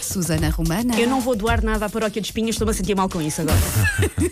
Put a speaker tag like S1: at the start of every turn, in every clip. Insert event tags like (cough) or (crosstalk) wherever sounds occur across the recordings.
S1: Susana Romana.
S2: Eu não vou doar nada à paróquia de espinhas, estou-me a sentir mal com
S1: (laughs)
S2: isso agora.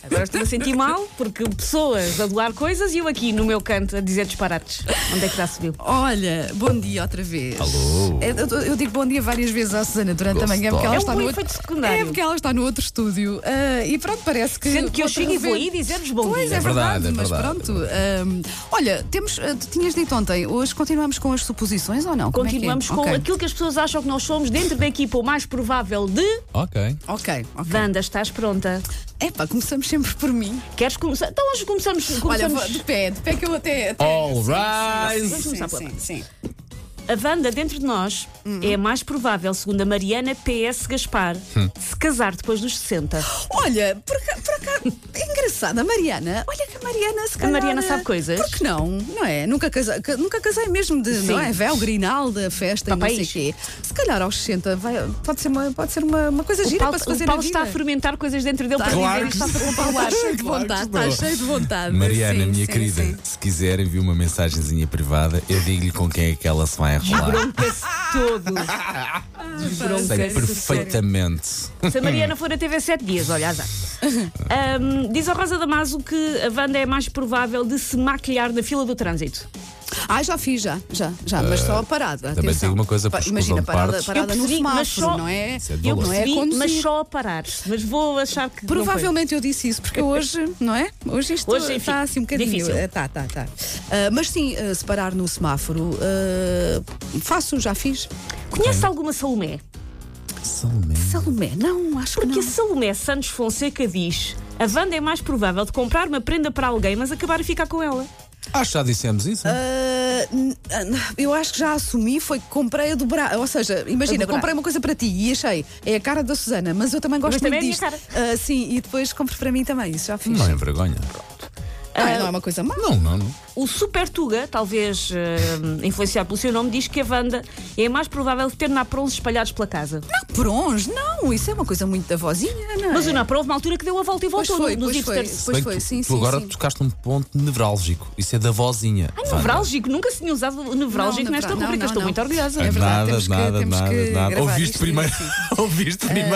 S2: Agora estou-me a sentir mal porque pessoas a doar coisas e eu aqui no meu canto a dizer disparates. Onde é que já subiu?
S1: Olha, bom dia outra vez. Alô. Eu, eu- eu digo bom dia várias vezes à Susana durante a manhã porque ela
S2: É um
S1: está
S2: bom
S1: no outro
S2: efeito secundário.
S1: É porque ela está no outro estúdio ah, e pronto, parece que.
S2: Sendo que eu
S1: outra
S2: chego e vou
S1: vez-
S2: aí dizer-vos bom
S1: Pois
S2: dia.
S1: é verdade,
S3: É verdade, é
S1: mas
S3: verdade,
S1: pronto. ah, olha, temos, ah, tu tinhas dito ontem, hoje continuamos com as suposições ou não? Como é que é?
S2: Continuamos com
S1: Ok.
S2: aquilo que as pessoas acham que nós somos dentro da equipa, o mais provável de.
S3: Ok.
S1: Ok, ok.
S2: Wanda, estás pronta?
S1: Epá, começamos sempre por mim.
S2: Queres começar? Então hoje começamos.
S1: Olha,
S2: começamos...
S1: vou- de pé, de pé que eu até. até
S3: All
S1: sim,
S3: rise.
S1: sim,
S2: Vamos começar
S1: sim,
S2: pela-
S1: sim, sim.
S2: A Wanda dentro de nós
S1: Uhum.
S2: é a mais provável, segundo a Mariana PS Gaspar, se casar depois dos 60.
S1: Olha, por acaso, por acaso é engraçada, a Mariana. Olha que a Mariana se calhar,
S2: Mariana
S1: eh,
S2: sabe coisas.
S1: Porque não, não é? Nunca casei, ca- nunca casei mesmo de, não é? Véu, grinalda, festa e não
S2: Papéis.
S1: sei o quê. Se calhar aos 60 vai- pode ser uma, pode ser uma, uma coisa gira
S2: o Paulo,
S1: para se fazer
S2: o Paulo
S1: na
S2: está a
S1: vida. Tá,
S2: fermentar coisas dentro dele para dizer
S3: Claro
S2: isto
S3: que
S2: está para poupar o ar.
S1: (laughs) Está cheio de vontade, está cheio de vontade.
S3: Mariana,
S1: Sim,
S3: minha
S1: sim,
S3: querida,
S1: sim.
S3: se quiser envie uma mensagenzinha privada, eu digo-lhe com quem é que ela se vai enrolar.
S2: Bronca-se
S3: (laughs)
S2: todo.
S3: Sei
S2: Bronca-se todo.
S3: perfeitamente.
S2: Se a Mariana for a TV 7 dias, olha, azar. Ahm, diz a Rosa Damaso que a Wanda é mais provável de se maquilhar na fila do trânsito.
S1: Ah, já fiz, já, já, já, mas só parada.
S3: Eh, também
S1: atenção.
S3: digo uma coisa,
S1: Pa-
S3: por
S1: Imagina,
S3: exclusão de
S1: parada,
S3: partes.
S1: parada
S2: Eu percebi,
S1: no
S2: mas
S1: semáforo,
S2: só-
S1: não é?
S3: Isso é
S1: não
S2: Eu
S3: Boa.
S1: é
S2: percebi,
S1: conduzir.
S2: mas só a parar. Mas vou achar que. não foi.
S1: Provavelmente eu disse isso, porque
S2: (laughs)
S1: hoje, não é? Hoje isto
S2: Hoje, enfim,
S1: está assim um bocadinho.
S2: difícil.
S1: eh, Tá, tá, tá. Ah, mas sim, eh, se parar no semáforo, ah, faço, já fiz.
S2: Conhece alguma Salomé?
S3: Salomé.
S1: Salomé, não, acho
S2: Porque a
S1: que
S2: Salomé Santos Fonseca diz: a Wanda é mais provável de comprar uma prenda para alguém, mas acabar a ficar com ela.
S3: Acho que já dissemos isso.
S1: não. Ah, n- ah, eu acho que já assumi, foi que comprei a dobrar. Ou seja, imagina,
S2: dobrar.
S1: comprei uma coisa para ti e achei, é a cara da Susana, mas eu também gosto
S2: Mas também
S1: muito disto.
S2: é a minha
S1: Ah, sim, e depois compro para mim também, isso já fiz.
S3: não é vergonha.
S1: Ah, não é uma coisa má.
S3: Não, não, não.
S2: O Super Tuga, talvez eh, influenciado pelo seu nome, diz que a Wanda é a mais provável de ter naprons espalhados pela casa.
S1: Não, Prons, não, isso é uma coisa muito da vozinha, não é?
S2: Mas o Napron houve uma altura que deu a volta e
S1: Pois
S2: voltou
S1: foi,
S2: no- nos
S1: pois foi,
S2: hipsters.
S1: pois
S3: Bem
S1: foi,
S3: que
S1: sim,
S3: tu
S1: sim.
S3: agora
S1: sim.
S3: tocaste um ponto nevrálgico. Isso é da vozinha.
S2: Ai,
S3: Wanda.
S2: Um nevrálgico, nunca se tinha usado o nevrálgico
S1: Não,
S2: nesta
S1: não,
S2: rubrica,
S1: não,
S2: estou
S1: não.
S2: muito orgulhosa.
S1: É verdade,
S3: nada,
S1: temos que-
S3: nada,
S1: temos
S3: nada,
S1: que
S3: nada.
S1: gravar
S3: Ouviste
S1: isto
S3: primeiro, (laughs) ouviste primeiro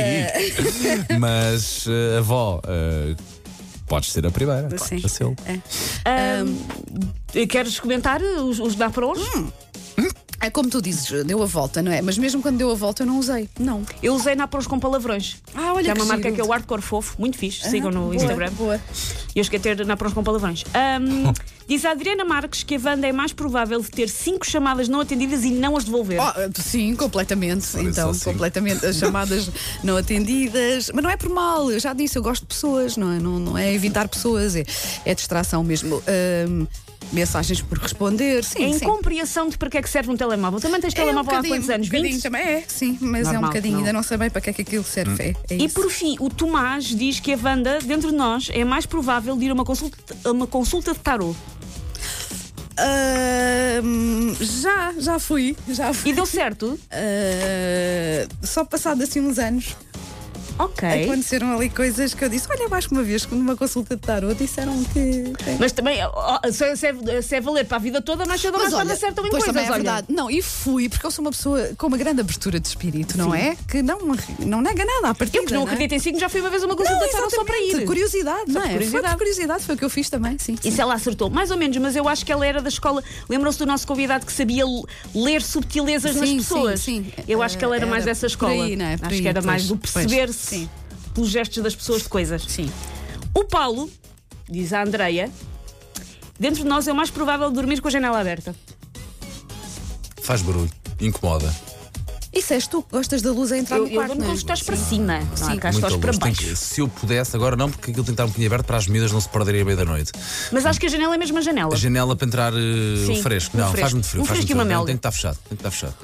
S3: aqui. Mas, eh, avó, eh, podes ser a primeira.
S1: Sim.
S3: A seu.
S1: É.
S2: Eh, Queres comentar os, os Naprons?
S1: Hum. É como tu dizes, deu a volta, não é? Mas mesmo quando deu a volta eu não usei. Não.
S2: Eu usei Naprons com palavrões.
S1: Ah, olha
S2: que é
S1: que
S2: uma marca
S1: giro. Ah,
S2: que é o Hardcore Fofo, muito fixe, sigam no
S1: boa,
S2: Instagram.
S1: Boa.
S2: Eu cheguei a ter Naprons com palavrões. Ahm, diz a Adriana Marques que a Wanda é mais provável de ter cinco chamadas não atendidas e não as devolver.
S1: Oh, sim, completamente.
S3: Olha
S1: então,
S3: só, sim.
S1: completamente. As chamadas não atendidas. Mas não é por mal, eu já disse, eu gosto de pessoas, não é, não, não é evitar pessoas, é, é distração mesmo. Ahm, mensagens por responder, sim.
S2: é
S1: sim.
S2: incompreensão de para que é que serve um telemóvel. Também tens telemóvel há quantos anos?
S1: um bocadinho
S2: 20?
S1: também é, sim, mas é um
S2: Normal,
S1: bocadinho,
S2: não.
S1: ainda não sei bem para que é que aquilo serve. É, é
S2: E
S1: isso.
S2: por fim, o Tomás diz que a Wanda, dentro de nós, é mais provável de ir a uma consulta, a uma consulta de tarô.
S1: Ahm, já, já fui, já fui.
S2: E deu certo?
S1: Ah, só passado assim uns anos
S2: Ok.
S1: É aconteceram ali coisas que eu disse: Olha, eu acho que uma vez que numa consulta de tarot disseram que.
S2: Mas também, ó, ó, se, se é, se é valer para a vida toda, mais cedo ou mais tarde acertam em
S1: pois
S2: coisas,
S1: também é
S2: olha.
S1: verdade. Não, e fui, porque eu sou uma pessoa com uma grande abertura de espírito, não
S2: Sim.
S1: é? Que não, não nega nada à partida.
S2: Eu que não
S1: é?
S2: acredito em signo, já fui uma vez a uma consulta
S1: Não,
S2: de tarô só para
S1: exatamente.
S2: ir.
S1: Curiosidade, não é? Foi
S2: curiosidade.
S1: por curiosidade, foi o que eu fiz também, sim.
S2: E se ela acertou, mais ou menos, mas eu acho que ela era da escola. Lembram-se do nosso convidado que sabia l- ler subtilezas nas
S1: Sim,
S2: pessoas?
S1: sim, sim.
S2: Eu acho que ela era,
S1: Era
S2: mais dessa
S1: por
S2: escola.
S1: aí, não é? Por
S2: Acho
S1: aí,
S2: que era mais
S1: pois,
S2: do
S1: pois,
S2: perceber-se
S1: sim.
S2: pelos gestos das pessoas de coisas. Sim. O Paulo, diz a Andreia, dentro de nós é o mais provável de dormir com a janela aberta.
S3: Faz barulho. Incomoda.
S1: Isso és tu que gostas da luz a entrar
S2: Eu,
S1: no
S2: eu
S1: quarto,
S2: durmo
S1: não
S2: com
S1: é?
S2: os estás para cima, não há cá
S3: Muita
S2: estás para
S3: luz. Tem que-
S2: baixo.
S3: se eu pudesse, agora não, porque aquilo tem que estar um bocadinho aberto para as miúdas não se perderem a meia da noite.
S2: Mas acho que a janela é mesmo a janela.
S3: A janela para entrar eh,
S2: Sim,
S3: o fresco.
S2: um
S3: Não,
S2: fresco.
S3: faz muito frio.
S2: Um
S3: faz
S2: fresco e
S3: muito
S2: uma
S3: frio. Não,
S2: melga.
S3: tem que estar fechado. Tem que estar fechado.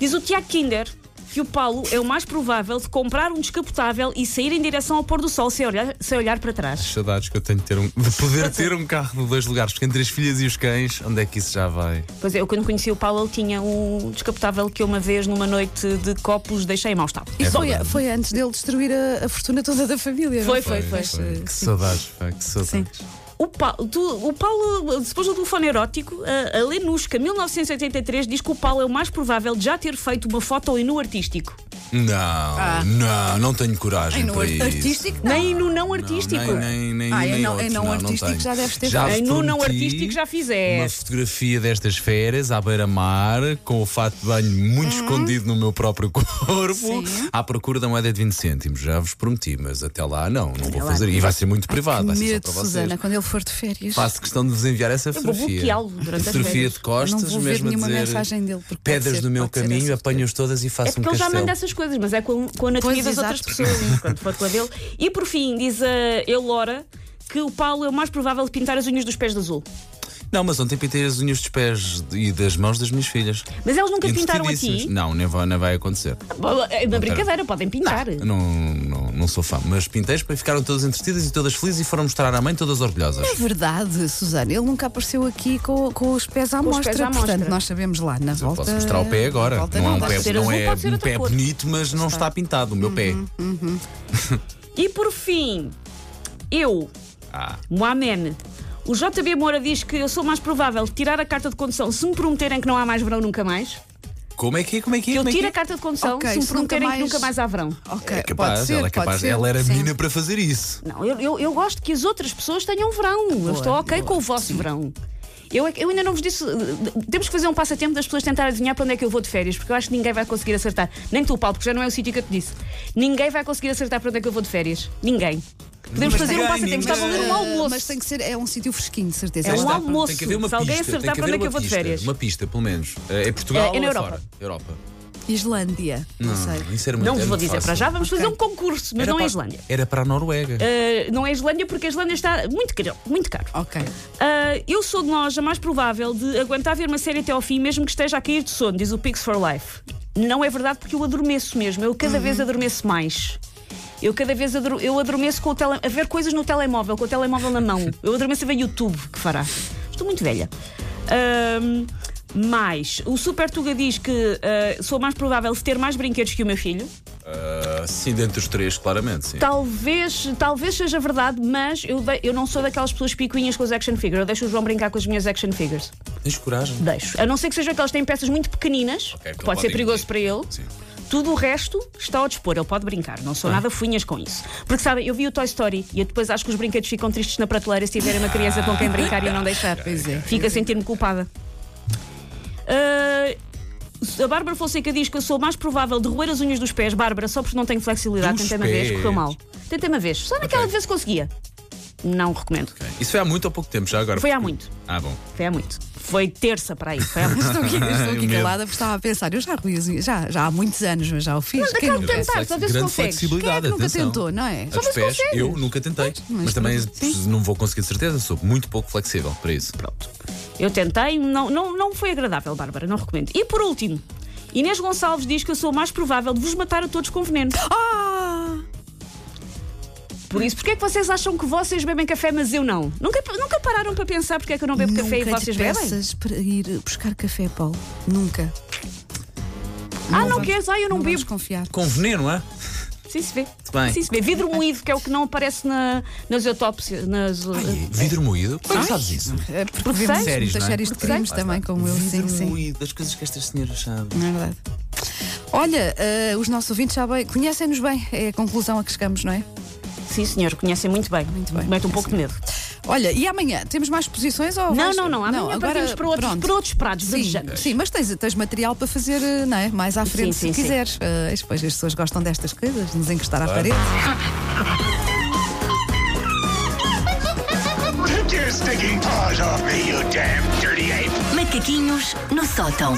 S2: Diz o Tiago Kinder que o Paulo é o mais provável de comprar um descapotável e sair em direção ao pôr do sol sem olhar, sem olhar para trás.
S3: Saudades que eu tenho de, ter um, de poder ter um carro de dois lugares, porque entre as filhas e os cães, onde é que isso já vai?
S2: Pois é, eu quando conheci o Paulo, ele tinha um descapotável que eu uma vez, numa noite de copos, deixei em mau estado.
S1: E
S3: É
S1: foi,
S3: verdade.
S1: foi antes dele destruir a, a fortuna toda da família. não é?
S2: Foi, foi, foi.
S1: Mas, eh,
S3: Que
S1: sim.
S3: saudades, pá, que saudades.
S2: O, Pa- tu- o Paulo, depois do telefone erótico, a, a Lenusca, 1983, diz que o Paulo é o mais provável de já ter feito uma foto ali no artístico.
S3: Não,
S1: Ah.
S3: não, não tenho coragem
S1: Ai, no
S3: para
S1: ar-
S3: isso.
S1: artístico, não.
S2: Nem no não artístico.
S3: Não, nem, nem, nem,
S1: Ah, é
S3: nem
S1: não- é
S3: outro.
S1: não artístico
S3: tenho.
S1: já deves ter
S3: Já
S2: feito.
S3: vos
S2: É no não
S3: prometi
S2: artístico já fizeste.
S3: Uma fotografia destas férias à beira-mar, com o fato de banho muito
S1: Hum.
S3: escondido no meu próprio (laughs) corpo, à procura da moeda de 20 cêntimos. Já vos prometi, mas até lá não, não vou fazer. E vai ser muito privado, vai ser só
S1: Medo,
S3: para vocês.
S1: Susana, quando ele for de férias.
S3: Faço questão de vos enviar essa
S2: vou
S3: fotografia.
S2: bloqueá-lo durante as
S3: Fotografia
S2: férias.
S3: de costas,
S1: Não vou ver
S3: mesmo a
S1: nenhuma
S3: dizer,
S1: mensagem dele, porque pode
S3: Pedras
S1: ser-
S3: no meu
S1: pode ser
S3: caminho,
S1: essa
S3: apanho-as todas e
S2: É
S3: faço um
S2: porque ele já
S3: castelo.
S2: manda essas coisas, mas é com, com a anatomia
S1: Pois,
S2: das
S1: exato.
S2: outras pessoas, quando for com a dele. E por fim, diz a Elora que o Paulo é o mais provável de pintar as unhas dos pés de azul. É
S3: Não, mas ontem pintei as unhas dos pés e das mãos das minhas filhas.
S2: Mas elas nunca pintaram a
S3: Entretidíssimas.
S2: ti?
S3: Não, nem vai, nem vai acontecer.
S2: É uma brincadeira, podem pintar.
S3: Eu Não, não, não sou fã, mas pintei para ficaram todas entretidas e todas felizes e foram mostrar à mãe todas orgulhosas.
S1: É verdade, Susana. Ele nunca apareceu aqui com, com os pés à
S2: os
S1: mostra.
S2: pés à
S1: portanto,
S2: mostra.
S1: nós sabemos lá na volta.
S3: Posso mostrar o pé agora.
S1: na volta
S3: não é um
S1: não,
S3: pé,
S2: pode ser
S3: não
S2: azul,
S3: é
S2: pode ser
S3: um
S2: outra
S3: pé
S2: cor. Uhum.
S3: bonito, mas não está pintado o meu pé.
S2: E por fim, eu,
S3: Ah.
S2: Moamen. O JB Moura diz que eu sou mais provável de tirar a carta de condução se me prometerem que não há mais verão nunca mais.
S3: Como é que é? Como é que é?
S2: Que eu
S3: Como é que
S2: tiro
S3: é?
S2: a carta de condução
S1: Ok,
S2: se me
S1: se nunca
S2: prometerem
S1: mais-
S2: que nunca mais há verão.
S1: Ok,
S3: É capaz,
S1: pode ser,
S3: ela é
S1: pode
S3: capaz.
S1: ser.
S3: Ela era
S1: Sim.
S3: menina para fazer isso.
S2: Não, eu, eu, eu gosto que as outras pessoas tenham verão. eu estou ok com o vosso verão. Eu, é que- eu ainda não vos disse. Temos que fazer um passatempo das pessoas tentar adivinhar para onde é que eu vou de férias, porque eu acho que ninguém vai conseguir acertar. Nem tu, Paulo, porque já não é o sítio que eu te disse. Ninguém vai conseguir acertar para onde é que eu vou de férias. Ninguém. Podemos
S3: Mas eh,
S2: fazer um passatempo.
S3: ninguém,
S2: Está a valer um
S3: ninguém.
S2: almoço.
S1: Mas tem que ser, é um sítio fresquinho, de certeza.
S2: É
S1: Lá
S2: um
S1: está.
S2: almoço. almoço.
S3: Tem que haver uma
S2: Se alguém
S3: pista,
S2: acertar
S3: tem que
S2: para onde
S3: haver
S2: é que eu
S3: uma
S2: vou de
S3: pista,
S2: férias.
S3: Uma pista, pelo menos. É Portugal
S2: É, é na
S3: ou é
S2: Europa.
S3: fora? Europa.
S1: Islândia. Não, sei.
S3: Não, isso era muito-
S2: Não vos
S3: era
S2: vou
S3: é muito
S2: dizer
S3: fácil.
S2: para já, vamos fazer um concurso, mas
S3: Era
S2: não é a
S3: para-
S2: Islândia.
S3: Era para a Noruega.
S2: Uh, não é a Islândia porque a Islândia está muito caro. Muito caro.
S1: Ok.
S2: Uh, eu sou de nós a mais provável de aguentar ver uma série até ao fim, mesmo que esteja a cair de sono, diz o Pix for Life. Não é verdade porque eu adormeço mesmo, eu cada vez adormeço mais. Eu cada vez ador- eu adormeço com o tele- a ver coisas no telemóvel, com o telemóvel na mão. Eu adormeço a ver YouTube, que fará. Estou muito velha. Ahm, mas o Super Tuga diz que ah, sou mais provável de ter mais brinquedos que o meu filho.
S3: Ah, sim, dentre os três, claramente,
S2: Tá.
S3: sim.
S2: Talvez, talvez seja verdade, mas eu, dei- eu não sou daquelas pessoas picuinhas com as action figures. Eu deixo o João brincar com as minhas action figures.
S3: Tens coragem.
S2: Deixo. A não ser que sejam aquelas que têm peças muito pequeninas,
S3: Ok,
S2: que
S3: que
S2: pode
S3: ele
S2: ser
S3: pode
S2: perigoso para
S3: engolir.
S2: ele.
S3: Sim. Ah.
S2: Tudo o resto está ao dispor, ele pode brincar. Não sou nada funhas com isso. Porque sabem, eu vi o Toy Story e eu depois acho que os brinquedos ficam tristes na prateleira se tiverem uma criança com quem brincar e eu não deixar.
S1: Pois é.
S2: Fico a sentir-me culpada. Ah, a Bárbara Fonseca diz que eu sou mais provável de roer as unhas dos pés, Bárbara, só porque não tenho flexibilidade.
S3: Dos
S2: Tentei uma vez,
S3: pés.
S2: correu mal. Tentei uma vez, só naquela
S3: Ok.
S2: vez conseguia. Não recomendo.
S3: É. Isso foi há muito ou pouco tempo já agora?
S2: Foi há
S3: Porque-
S2: muito.
S3: Ah, bom.
S2: Foi há muito. Foi terça para aí. Foi há
S3: (laughs)
S2: muito.
S1: Estou aqui, estou aqui
S3: Eu
S1: calada porque estava a pensar. Eu já ruí as unhas- já, já há muitos anos, mas já o fiz. Quem
S2: daquele
S1: nunca?
S2: tempo. Tentar, só ver se
S3: é grande
S2: consegues.
S3: flexibilidade,
S1: Quem é que nunca
S3: atenção.
S1: tentou, não é? Só
S3: A dos
S2: ver se
S3: pés,
S2: consegues.
S3: eu nunca tentei.
S1: mas
S3: Mas, também
S1: pronto, sim.
S3: não vou conseguir de certeza, sou muito pouco flexível para isso.
S2: Pronto. Eu tentei, não, não, não foi agradável, Bárbara, não recomendo. E por último, Inês Gonçalves diz que eu sou mais provável de vos matar a todos com veneno.
S1: Ah!
S2: Por isso, porque é que vocês acham que vocês bebem café, mas eu não? Nunca, nunca pararam para pensar porque é que eu não bebo café e
S1: Nunca
S2: vocês
S1: te
S2: bebem?
S1: peças para ir buscar café, Paulo. Nunca.
S2: Ah, não
S1: vamos-
S2: queres? Ah, eu não,
S1: vamos
S2: bebo.
S1: confiar.
S3: Com veneno, é?
S2: Sim, se vê.
S3: bem.
S2: Sim, se vê. Vidro moído, que é o que não aparece na- nas autópsias. Nas,
S3: Ai, vidro moído? Como é que sabes isso?
S1: É, Porque
S2: Porque
S1: vemos
S2: sei.
S3: Séries,
S1: muitas
S3: não é?
S1: séries de
S3: Porque
S1: crimes
S3: sei.
S1: também, como eu. Sim,
S3: vidro
S1: sim.
S3: moído, as coisas que estas senhoras sabem.
S1: Não é verdade. Olha, eh, os nossos ouvintes já bem, conhecem-nos bem, é a conclusão a que chegamos, não é?
S2: Sim, senhor, conhecem muito bem.
S1: Muito bem.
S2: Mete um pouco de medo.
S1: Olha, e amanhã temos mais posições ou
S2: Não,
S1: vais-
S2: não, não. Amanhã partimos para outros,
S1: pronto.
S2: para outros pratos.
S1: Sim,
S2: brilhantes.
S1: sim, mas tens, tens material para fazer eh, não é? mais à frente
S2: sim,
S1: se
S2: sim.
S1: quiseres. Eh, as- pois as pessoas gostam destas coisas, de nos encostar à parede.
S4: Take your stinking paws off me, you damn dirty ape!
S5: Macaquinhos no sótão.